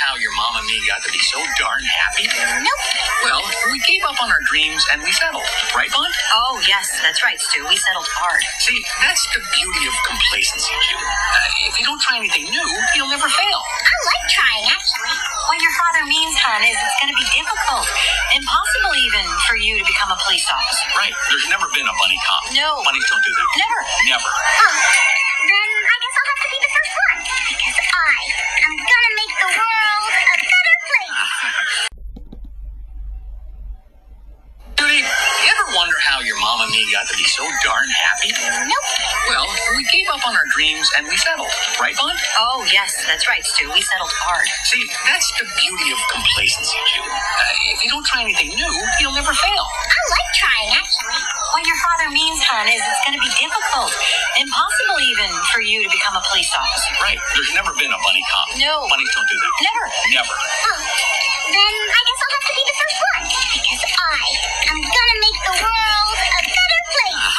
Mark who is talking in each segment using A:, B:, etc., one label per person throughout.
A: how your mom and me got to be so darn happy?
B: Nope.
A: Well, we gave up on our dreams and we settled, right, Bud?
B: Oh, yes, that's right, Stu. We settled hard.
A: See, that's the beauty of complacency, Judy. Uh, if you don't try anything new, you'll never fail.
B: I like trying, actually. What your father means, hon, is it's going to be difficult, impossible even, for you to become a police officer.
A: Right. There's never been a bunny cop.
B: No.
A: Bunnies don't do that.
B: Never.
A: Never.
B: Oh, then I guess I'll have to be the first one, because I am going to make the world a better place.
A: Judy, you ever wonder how your mom and me got to be so darn happy?
B: Nope.
A: Well, we gave up on our dreams and we settled, right, Bud?
B: Oh, yes, that's right, Stu. We settled hard.
A: See, that's the beauty of complacency, Judy. Uh, if you don't try anything new, you'll never fail.
B: I like trying, actually. What your father means, hon, is it's going to be difficult, impossible even, for you to become a police officer.
A: Right. There's never been a bunny cop.
B: No.
A: Bunnies don't do that.
B: Never.
A: Never.
B: Oh, then I guess I'll have to be the first one, because I am going to make the world a better place.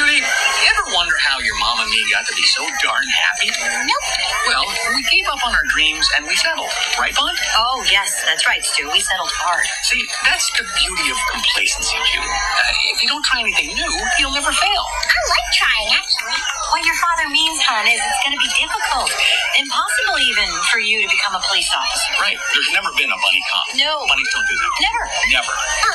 A: Judy, you ever wonder how your mom and me got to be so darn happy?
B: Nope.
A: Well, we gave up on our dreams and we settled, right, Bud?
B: Oh, yes, that's right, Stu. We settled hard.
A: See, that's the beauty of complacency, Judy. Uh, if you don't try anything new, you'll never fail.
B: I like trying, actually. What your father means, hon, is it's going to be difficult, impossible even, for you to become a police officer.
A: Right. There's never been a bunny cop.
B: No.
A: Bunnies don't do that.
B: Never. Uh,
A: Never.